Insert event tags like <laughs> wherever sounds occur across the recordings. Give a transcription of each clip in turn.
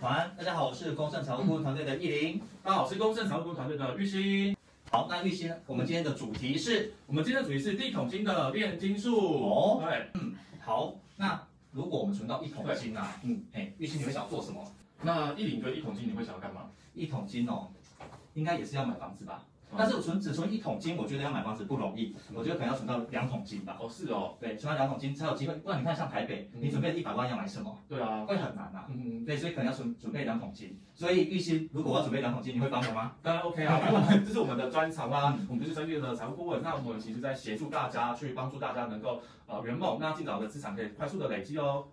晚安，大家好，我是公盛财务顾问团队的易林。大家好，我是公盛财务顾问团队的玉鑫。好，那玉鑫，我们今天的主题是我们今天的主题是第一桶金的炼金术。哎哦，对，好，那如果我们存到一桶金啊，嗯，哎、玉鑫，你会想做什么？那一领跟一桶金你会想要干嘛？一桶金哦，应该也是要买房子吧？嗯但是我存只存一桶金，我觉得要买房子不容易，我觉得可能要存到两桶金吧。哦，是哦，对，存到两桶金才有机会。不然你看，像台北，你准备一百万要买什么，对啊，会很难啊。嗯，对，所以可能要准准备两桶金。所以玉鑫，如果我要准备两桶金，你会帮我吗？当然 OK 啊，因为我们这是我们的专长啦，嗯我们就是专业的财务顾问，那我们其实在协助大家去帮助大家能够呃圆梦，那尽早的资产可以快速的累积哦。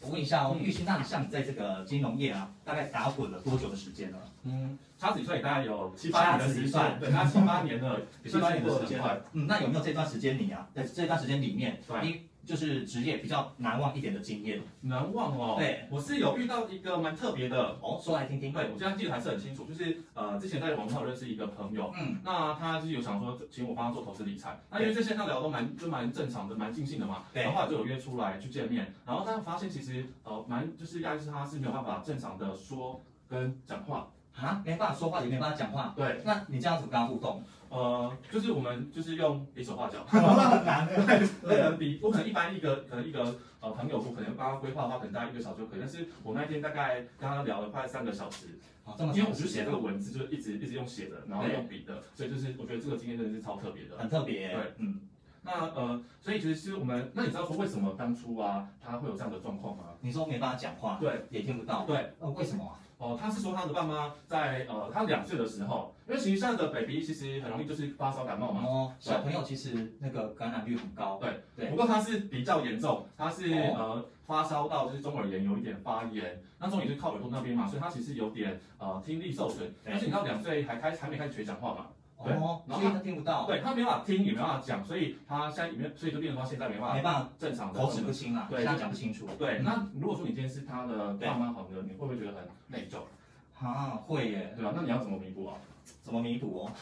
我问一下哦，嗯玉鑫，那你像你在这个金融业啊，大概打滚了多久的时间了？嗯，差几岁大概有七八年的时间，对，那七八年了，也七算八是年过的得时很间快。了，嗯，那有没有这段时间你啊，在这段时间里面，对你就是职业比较难忘一点的经验？难忘哦，对，我是有遇到一个蛮特别的，哦，说来听听。因为我现在记得还是很清楚，就是呃，之前在网上认识一个朋友，嗯，那他就是有想说请我帮他做投资理财，那因为在线上聊都蛮就蛮正常的，蛮尽兴的嘛。对然后后来就有约出来去见面，然后他发现其实呃蛮就是亚是他是没有办法正常的说跟讲话，啊，没办法说话，也没办法讲话。对，那你这样子跟他互 <laughs> 动，呃，就是我们就是用比手画脚。那很难的。可能比我可能一般一个可能一个呃朋友，我可能帮他规划的话，可能大概一个小时就可以。但是我那天大概跟他聊了快三个小时， <laughs> 好，这么因为我长就时写间这个文字，就是一直一直用写的，然后用笔的，所以就是我觉得这个经验真的是超特别的。很特别。对，嗯，那呃，所以其实是我们，那你知道说为什么当初啊他会有这样的状况吗？你说没办法讲话，对，也听不到，对，呃，为什么啊？哦，他是说他的爸妈在呃他两岁的时候，因为其实现在的 baby 其实很容易就是发烧感冒嘛，哦，小朋友其实那个感染率很高。对对不过他是比较严重，他是、哦呃发烧到就是中耳炎有一点发炎，那中耳是靠耳朵那边嘛，所以他其实有点呃听力受损，对而且你到两岁还开还没开始学讲话嘛，对哦，然后所以他听不到，对他没办法听也没办法讲，所以他现在里面所以就变成说现在没办没法办正法，常的口齿不清啊，对现在讲不清楚。对，那如果说你今天是他的爸妈好的，你会不会觉得很内疚？啊，会耶，对啊，那你要怎么弥补啊？怎么弥补哦？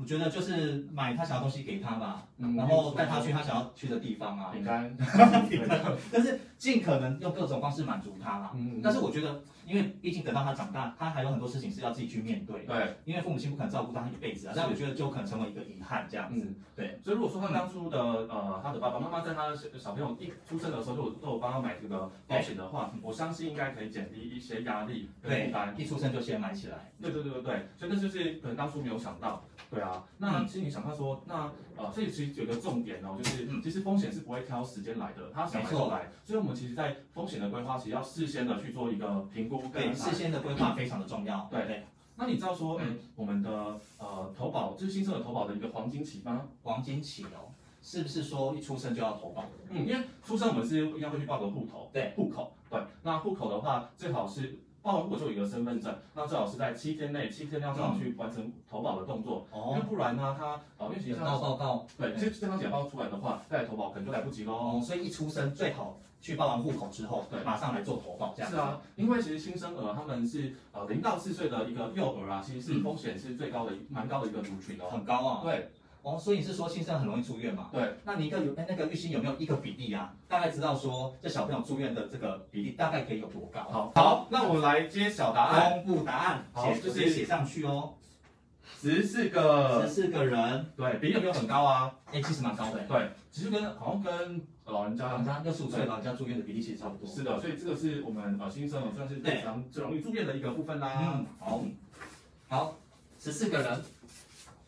我觉得就是买他想要的东西给他吧。嗯然后带他去他想要去的地方啊，<laughs> 饼干，但是尽可能用各种方式满足他啦。 <laughs> 嗯但是我觉得，因为毕竟等到他长大，他还有很多事情是要自己去面对，对，因为父母亲不可能照顾他一辈子啊。是但我觉得就可能成为一个遗憾这样子。嗯，对。所以如果说他当初的呃，他的爸爸妈妈在他小小朋友一出生的时候就有都有帮他买这个保险的话，我相信应该可以减低一些压力跟对负担。，一出生就先买起来。对对对对对，所以那就是可能当初没有想到，对啊。嗯那其实你想他说，那呃，这里其实有一个重点哦，就是嗯其实风险是不会挑时间来的，他想来就来。所以我们其实，在风险的规划，其实要事先的去做一个评估跟对，安排事先嗯的规划非常的重要。对对，那你知道说，哎、我们的呃投保就是新生儿投保的一个黄金期吗？黄金期哦，是不是说一出生就要投保？嗯，因为出生我们是应该会去报个户头，对，户口，对。那户口的话，最好是报完户口就有一个身份证，那最好是在七天内，七天内要最好去完成投保的动作，因嗯为哦，不然呢，他呃，因为其有实到像报告对，这健康简报出来的话，再来投保可能就来不及喽。哦，所以一出生最好去报完户口之后，对马上来做投保这样是子。啊，因为其实新生儿他们是呃零到四岁的一个幼儿啊，其实是风险是最高的，蛮高的一个族群哦。很高啊。对，哦，所以你是说新生很容易住院嘛？对。那你一个有哎那个预心有没有一个比例啊？大概知道说这小朋友住院的这个比例大概可以有多高？好，好，那我们来揭晓答案。公布答案，好写就是直接写上去哦。十四个十，四个人，对，比例有没有很高啊？哎，其实蛮高的。对，其实跟好像跟老人老家人家六十五岁老人家住院的比例其实差不多。是的，所以这个是我们呃新生儿算是对最常最容易住院的一个部分啦嗯。，好，好，十四个人。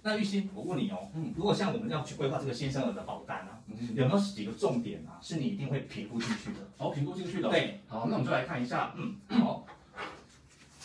那玉鑫，我问你哦，嗯如果像我们要去规划这个新生儿的保单啊，嗯，有没有几个重点啊，是你一定会评估进去的？好，评估进去了。对，好，那我们就来看一下。嗯，好。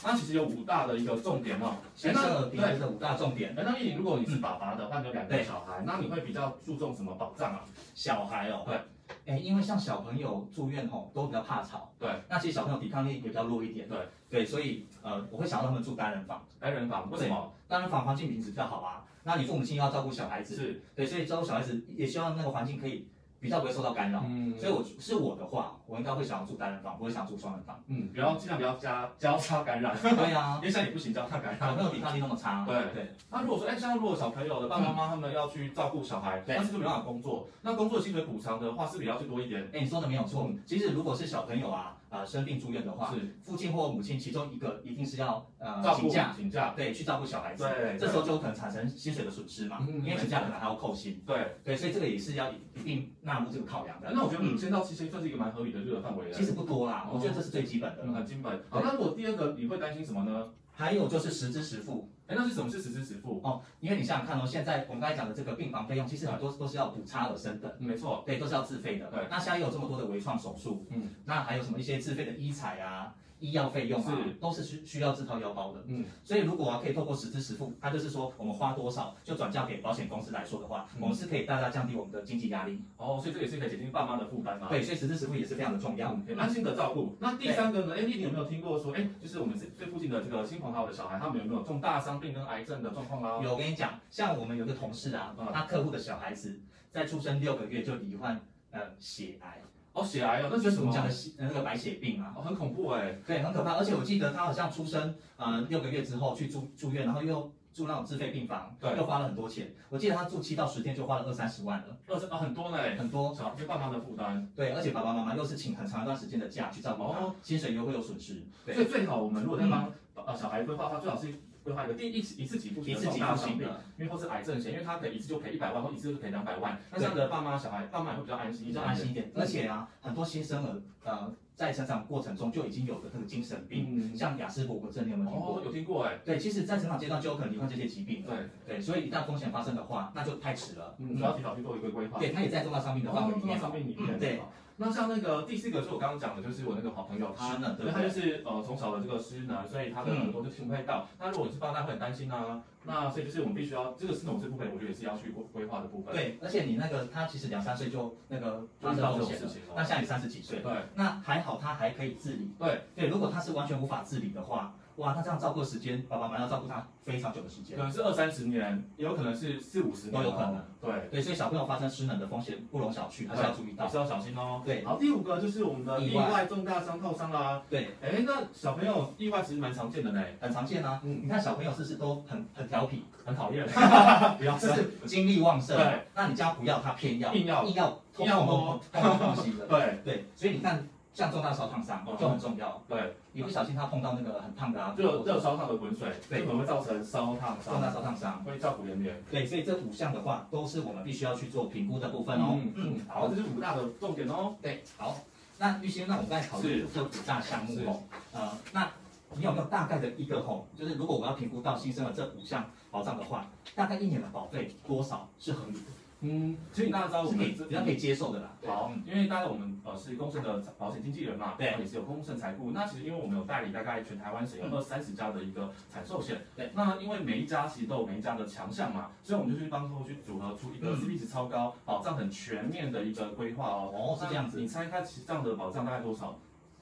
那其实有五大的一个重点哦。新生儿哎评那对估的五大重点。哎，那丽颖，如果你是爸爸的话，你有两个对小孩，那你会比较注重什么保障啊？小孩哦，对，哎，因为像小朋友住院吼、都比较怕吵，对，那其实小朋友抵抗力也比较弱一点，对，对，所以呃，我会想让他们住单人房，单人房为什么？单人房环境品质比较好啊，那你父母亲要照顾小孩子，是，对，所以照顾小孩子也希望那个环境可以比较不会受到干扰，嗯所以我是我的话，我应该会想要住单人房，不会想住双人 <laughs> 房，嗯，不要尽量不要加交叉感染，对因啊，为像你不行交叉感小染。朋友抵抗力那么差，对对，那如果说，哎，像如果小朋友的爸爸妈妈他们要去照顾小孩，对但是就没办法工作，那工作薪水补偿的话，是不是也要去多一点？哎，你说的没有错嗯，其实如果是小朋友啊，呃生病住院的话，是父亲或母亲其中一个一定是要呃照请顾假，请假，对，去照顾小孩子。对，这时候就有可能产生薪水的损失嘛，嗯因为请假可能还要扣薪，对。哎对，所以这个也是要一定纳入这个考量的。嗯那我觉得五千到七千算是一个蛮合理的这个范围了其，实不多啦，我觉得这是最基本的。嗯嗯，很精本。好，那如果第二个你会担心什么呢？还有就是实支实付哎，那是什么是实支实付？哦，因为你想想看哦，现在我们刚才讲的这个病房费用，其实很多都是要补差额生的，嗯没错，哦对，都是要自费的。对那现在又有这么多的微创手术，嗯，那还有什么一些自费的医材啊、医药费用啊，是都是需需要自掏腰包的。嗯，所以如果啊可以透过实支实付，它就是说我们花多少就转嫁给保险公司来说的话，嗯我们是可以大大降低我们的经济压力。哦，所以这也是可以减轻爸妈的负担嘛。对，所以实支实付也是非常的重要。啊嗯，可以安心的照顾。那第三个呢？哎，丽丽有没有听过说，哎，就是我们这附近的这个亲朋好友的小孩，他们有没有重大伤病跟癌症的状况啦？有，我跟你讲，像我们有一个同事啊嗯，他客户的小孩子在出生六个月就罹患呃血癌，哦，血癌哦，那就是是什我么们？讲的血那个白血病啊。哦，很恐怖哎。对，很可怕。而且我记得他好像出生呃六个月之后去住住院，然后又住那种自费病房，对又花了很多钱。我记得他住七到十天就花了二三十万了，二十啊，很多呢。很多。小对爸妈的负担，对，而且爸爸妈妈又是请很长一段时间的假去照顾他，哦薪水又会有损失。所对以最好我们如果在帮呃小孩规划的话，最好是规划一个第一次一次给付一型的次重给大付伤型病，的，因为或是癌症险，因为他可以一次就赔一百万，或一次就赔两百万，那这样的爸妈小孩爸妈也会比较安心，比较安。心一嗯点。而且啊，很多新生儿呃在成长过程中就已经有的那个精神病，嗯，像雅斯伯格症，你有没有听哦过？，有听过哎，对，其实，在成长阶段就有可能罹患这些疾病了。对，对，所以一旦风险发生的话，那就太迟了。嗯，主要提早去做一个规划。对，他也在重大伤病的范围里面嘛。上面里面。嗯对。那像那个第四个，就是我刚刚讲的，就是我那个好朋友，他失能对不对他就是呃从小的这个失能，所以他的嗯耳朵就听不太到。那如果你是爸妈会很担心啊。那所以就是我们必须要这个失能我这部分，我觉得也是要去规规划的部分。对，而且你那个他其实两三岁就那个发生到这风种险事了，情那了。现在你三十几岁，对，那还好他还可以自理。对对，如果他是完全无法自理的话，哇，那这样照顾的时间，爸爸妈妈要照顾他非常久的时间可。能是二三十年，也有可能是四五十年，哦都有可能。对，嗯对，所以小朋友发生失能的风险不容小觑，还是要注意还到。是要小心哦。对好，第五个就是我们的意意外外重大伤受伤啦。对，哎，那小朋友意外其实蛮常见的呢，很常见啊。嗯你看小朋友是不是都很很调皮，很讨厌， <laughs> 不要就生，是精力旺盛对，那你家不要他偏要，硬要硬要硬要摸摸碰东西的。对对，所以你看像重大烧烫伤嗯就很重要，对。你不小心他碰到那个很烫的啊，热热烧烫的滚水，对有可能会造成烧烫重大伤，烧烫伤。会照顾人员。对，所以这五项的话，都是我们必须要去做评估的部分哦。嗯嗯，好，这是五大的重点哦。对，好，那律师，那我们再考虑这五大项目哦。呃，那你有没有大概的一个吼、就是如果我要评估到新生儿这五项保障的话，大概一年的保费多少是合理的，嗯，其实你大家知道我是可们以这比较可以接受的啦。好嗯，因为大家我们呃是公盛的保险经纪人嘛，对然后也是有公盛财富。那其实因为我们有代理大概全台湾省有二三十家的一个产寿险，嗯对。那因为每一家其实都有每一家的强项嘛，所以我们就去帮客户去组合出一个嗯 CP 值超高、保障很全面的一个规划哦。哦，是这样那子你，猜它其实这样的保障大概多少？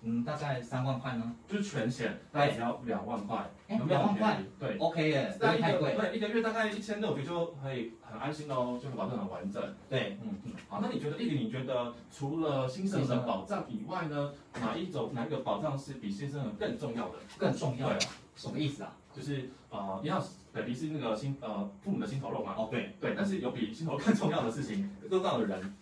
嗯，大概三万块呢。就是全险大概只要两万块，哎有没有很两万块便宜？对。 OK 耶，不那会一太个贵。对一个月大概一千六，我觉得就可以很安心哦，就是保证很完整。对，好，那你觉得丽丽，你觉得除了新生儿的保障以外呢，哪一种哪一个保障是比新生儿更重要的？更重要。什么意思啊？就是呃，一样 baby 是那个新呃父母的心头肉嘛，哦，对，对，但是有比心头肉更重要的事情，更重要的人，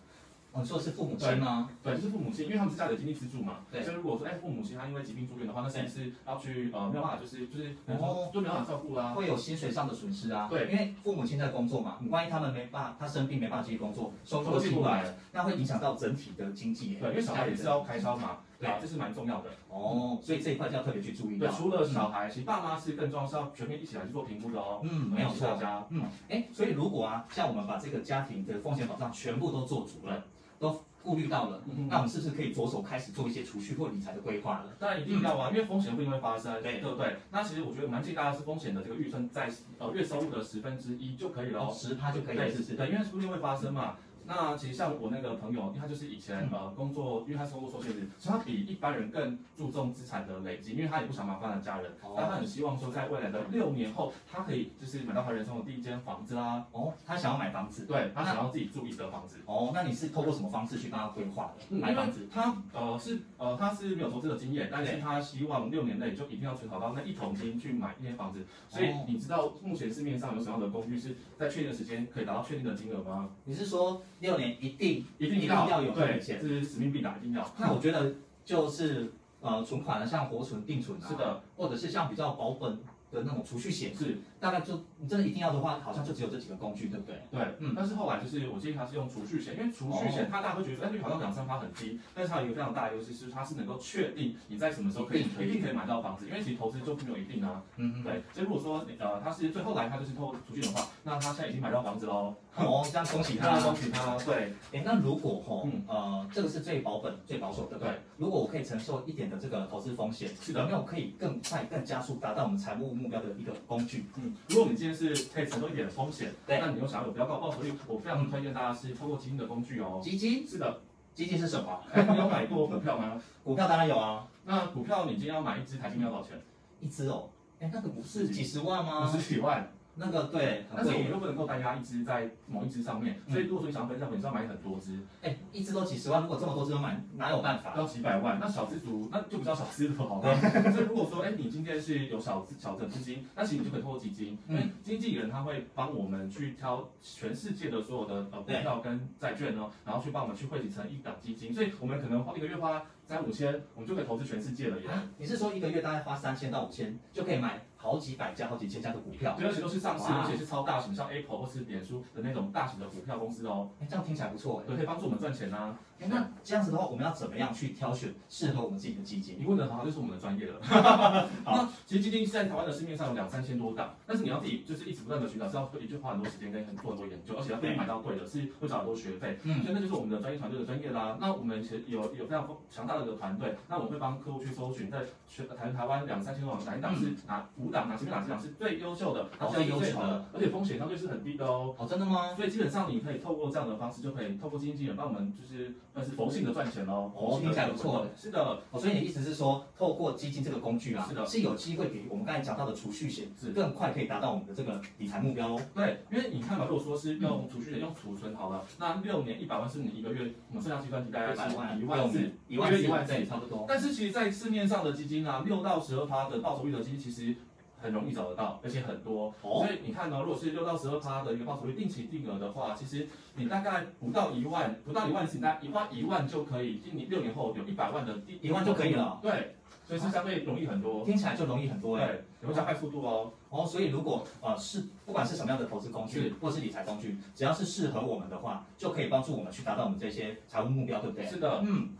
哦，你说的是父母亲吗？对，就是父母亲，因为他们是家里的经济支柱嘛，对所以如果说哎父母亲他因为疾病住院的话，那是不是要去呃没有办法就是就是哦就没有办法照顾啦、会有薪水上的损失啊。对因为父母亲在工作嘛，万一他们没办法，他生病没办法继续工作，收入都进进不不来，来，那会影响到整体的经济耶。对，因为小孩也是要开销嘛，对啊，这是蛮重要的。哦，所以这一块就要特别去注意对到，。除了小孩，其实爸妈是更重要，是要全面一起来去做评估的哦。嗯，没有谢谢大错。家。嗯，哎，所以如果啊，像我们把这个家庭的风险保障全部都做足了，都顾虑到了，嗯那我们是不是可以着手开始做一些储蓄或理财的规划了？当然一定要啊，因为风险不一定会发生，对对不对？那其实我觉得蛮建议大家是风险的这个预算在呃月收入的十分之一就可以了哦。十趴嗯就可以了，对，是不是？对，因为不一定会发生嘛。那其实像我那个朋友，因为他就是以嗯前呃工作，因为他是工作受限制，所以他比一般人更注重资产的累积，因为他也不想麻烦了家人，哦但他很希望说在未来的六年后，他可以就是买到他人生的第一间房子啊，哦，他想要买房子。对他想要自己住一的房子。哦，那你是透过什么方式去帮他规划的？嗯买房子。，因为他呃是呃他是没有投资的经验，但是他希望六年内就一定要存好到那一桶金去买一间房子。所以哦你知道目前市面上有什么样的公寓是在确定的时间可以达到确定的金额吗？你是说六年一定？一定要要有这对，笔钱这是使命必达，一定要。那我觉得就是呃存款啊，像活存、定存啊，是，的，或者是像比较保本的那种储蓄险，是大概就你真的一定要的话，好像就只有这几个工具，对不 <laughs> 对？对，嗯嗯。但是后来就是我建议他是用储蓄险，因为储蓄哦险它大家会觉得，哎，好像两三趴很低，但是它有一个非常大的优势是它是能够确定你在什么时候可以一定可以一定可以买到房子，因为其实投资就没有一定啊。嗯，对，所以如果说你呃他是最后来他就是透过储蓄的话，那他现在已经买到房子喽，哦，这样恭喜他那，恭喜他。对，哎，那如果哈、嗯呃，这个是最保本、最保守的，对不对对？如果我可以承受一点的这个投资风险，是的有没有可以更快、更加速达到我们财务目标的一个工具？嗯，如果你今天是可以承受一点风险，对那你又想要有比较高的报酬率，我非常推荐大家是透过基金的工具哦。基金，是的，基金是什么？哎，你有买过股票吗？股票当然有啊，那股票你今天要买一只台积电要多少钱？一只哦，哎，那个不是几十万五吗？十几万。那个对，很但是我们贵，又不能够单压一只在某一只上面，嗯所以如果说你想要分散，你是要买很多只，哎，一只都几十万，如果这么多只都买，哪有办法？要几百万，那小资族那就不叫小资族好嗯了。 <laughs> 所以如果说，哎，你今天是有小资小整资金，那其实你就可以透过基金，因嗯为经纪人他会帮我们去挑全世界的所有的呃股对票跟债券呢，然后去帮我们去汇集成一档基金，所以我们可能花一个月花三五千，我们就可以投资全世界了耶。啊你是说一个月大概花三千到五千就可以买好几百家、好几千家的股票？ <laughs> 对，而且都是上市，哇而且是超大型，像 Apple 或是脸书的那种大型的股票公司哦，哎，这样听起来不错哎。对，可以帮助我们赚钱啊。哎，那这样子的话，我们要怎么样去挑选适合我们自己的基金？你问的很好，就是我们的专业了。 <laughs> 好嗯好，其实基金在台湾的市面上有两三千多档，但是你要自己就是一直不断的寻找，是要一句花很多时间跟很做很多研究，而且要可以买到对的，是会找很多学费。嗯所以那就是我们的专业团队的专业啦。那我们其实有有非常丰强大的团队，那我们会帮客户去搜寻，在全台台湾两三千多档哪一档是哪五档，哪前面哪几档是最优秀的，哦哪最几优档秀是的最好的，而且风险相对是很低的哦。哦，真的吗？所以基本上你可以透过这样的方式，就可以透过基金经理人帮我们就是算是佛性的赚钱喽。哦听起来不错的，是的，哦，所以你的意思是说，透过基金这个工具啊，是的有机会比我们刚才讲到的储蓄险是更快可以达到我们的这个理财目标哦。对，因为你看嘛，如果说是用储蓄险、用储存好了，那六年一百万是你一个月，我们剩下计算机大概是一万四。一万四，一万四对，差不多。但是其实，在市面上的基金啊，六到十二趴的报酬率的基金，其实很容易找得到，而且很多。哦所以你看呢、如果是六到十二趴的一个报酬率，定期定额的话，其实你大概不到一万，不到一万，你大概一万一万就可以，就你六年后有一百万的第一万就可以了。对，所以是相对容易很多。听起来就容易很多哎。对，有加快速度哦。哦，所以如果呃是不管是什么样的投资工具是或是理财工具，只要是适合我们的话，就可以帮助我们去达到我们这些财务目标，对不对？是的，嗯，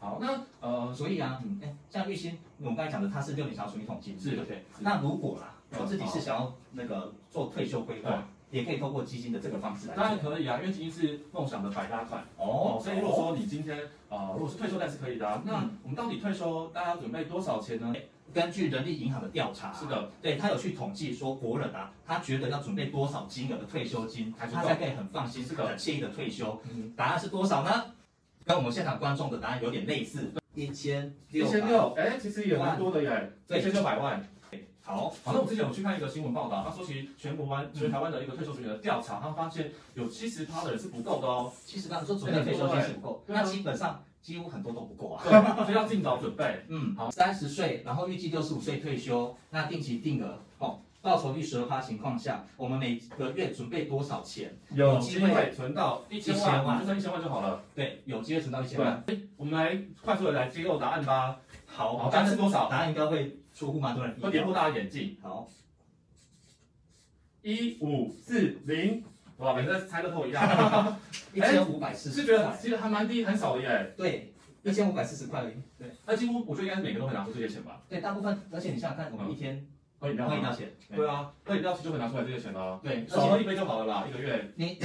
好，那呃，所以啊嗯，哎，像玉鑫，我们刚才讲的，他是六年长存一桶金，是对不对？是那如果啦，嗯我自己是想要那个做退休规对划，也可以透过基金的这个方式来做。当然可以啊，因为基金是梦想的百搭款哦，所以如果说你今天呃，如果是退休，那是可以的、啊。那我们到底退休，大家准备多少钱呢？根据人力银行的调查，是，的，对他有去统计说国人啊，他觉得要准备多少金额的退休金，还不他够才可以很放心、是的很惬意的退休。嗯，答案是多少呢？跟我们现场观众的答案有点类似，一千一千。六，哎，其实也蛮多的耶，对一千六百万。好，好，那我之前有去看一个新闻报道，他说其实全国湾、全台湾的一个退休族群的调查，他发现有七十趴的人是不够的哦，其实刚才说准备退休金是不够，对啊那基本上几乎很多都不够啊。对，所以要尽早准 <laughs> 备。嗯，好，三十岁，然后预计六十五岁退休，那定期定额哦，报酬率十二趴情况下，我们每个月准备多少钱？有机机会会存到一千1000万万，你就算一千万就好了。对，有机会存到一千对万。，我们来快速的来揭露答案吧。好好，，但答案是是多少？答案应该会出乎蛮多人意会跌料。破大家眼镜。好。一五四零，哇，每个猜的都一样， <laughs> 一千五百四是十觉得块，其实还蛮低，很少的耶。对，一千五百四十块而已。对那几乎我觉得应该是每个都很拿出这些钱吧。对，大部分，而且你想想看，我们一天喝饮料喝饮吗？料钱，对啊，喝饮料其实就很拿出来这些钱了。对，少而喝一杯就好了啦，一个月。且你，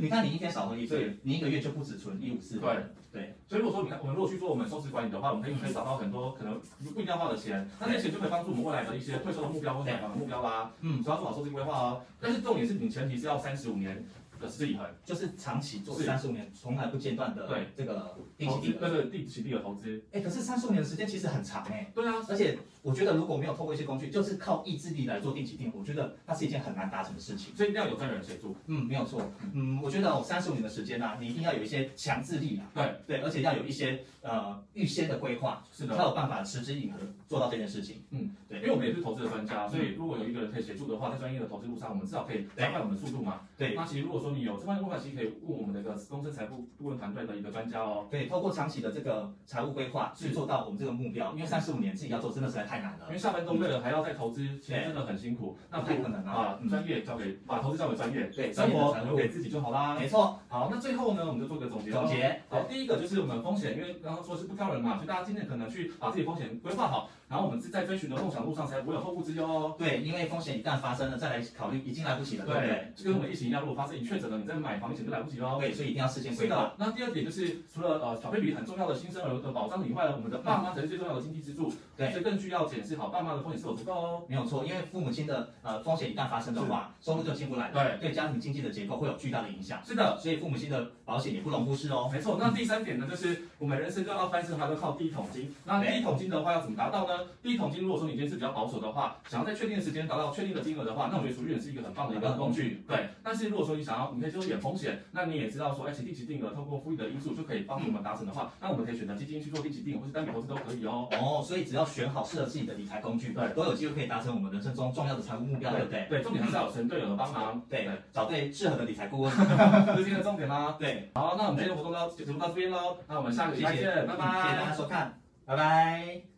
你看你一天少喝一杯对，你一个月就不止存一五四，对对，所以如果说你看，我们如果去做我们收支管理的话，我们可以可以找到很多可能不一定要花的钱，那这些钱就可以帮助我们未来的一些退休的目标或者买房的目标啦。嗯嗯，只要做好收支规划哦。但是重点是你前提是要三十五年的持之以恒，就是长期做是三十五年，从来不间断的对这个定投期资定额。对对，定期定额投资。哎，可是三十五年的时间其实很长哎，对啊，而且我觉得如果没有透过一些工具，就是靠意志力来做定期定额，我觉得那是一件很难达成的事情。所以一定要有专人协助。嗯，没有错。嗯，我觉得我三十五年的时间呐、你一定要有一些强制力啊。对对，而且要有一些呃预先的规划，是的才。有办法持之以恒做到这件事情。嗯，对。因为我们也是投资的专家，所以如果有一个人可以协助的话，在专业的投资路上，我们至少可以加快我们的速度嘛。对那其实如果说你有这方面的问题，其实可以问我们的一个公司财富顾问团队的一个专家哦。对，透过长期的这个财务规划去是做到我们这个目标，因为三十五年自己要做真的实在太难了因为。下班都累了，还要再投资，其实真的很辛苦。那不太可能啊啊嗯！专业交给把投资交给专业，对生活专业的财务留给自己就好啦。没错，好，那最后呢，我们就做个总结咯总。结好，第一个就是我们风险，因为刚刚说是不挑人嘛，所以大家今天可能去把自己风险规划好，然后我们是在追寻的梦想路上才不会有后顾之忧哦。对，因为风险一旦发生了，再来考虑已经来不及了，对不对？嗯就跟我们疫情一样，如果发生你确诊了，你再买房险就来不及喽。对，所以一定要事先是规划。的，那第二点就是，除了呃小 baby 很重要的新生儿的保障以外，我们的爸妈才是最重要的经济支柱，对所以更需要检视好爸妈的风险是否足够哦。没有错，因为父母亲的呃风险一旦发生的话，收入就进不来了，对家庭经济的结构会有巨大的影响，是的，所以父母亲的保险也不容忽视哦。没错，那第三点呢，就是我们人生要到翻身，还要靠第一桶金。那第一桶金的话要怎么达到呢？第一桶金，如果说你今天是比较保守的话，想要在确定的时间达到确定的金额的话，那我觉得赎也是一个很棒的一个工具。嗯对，但是如果说你想要，你可以就是点风险，那你也知道说，哎，其定期定额透过复利的因素就可以帮助我们达成的嗯话，那我们可以选择基金去做定期定额，或是单笔投资都可以哦。哦，所以只要选好适合自己的理财工具，对都有机会可以达成我们人生中重要的财务目标，对不对？对，重点还是要有神队友的 <laughs> 帮忙。对，找对适合的理财顾问。 <laughs> 这是今天的重点啦。对，好，那我们今天的活动到节目到这边喽，那我们下个礼拜谢谢见，谢拜谢大拜家。收看，拜拜。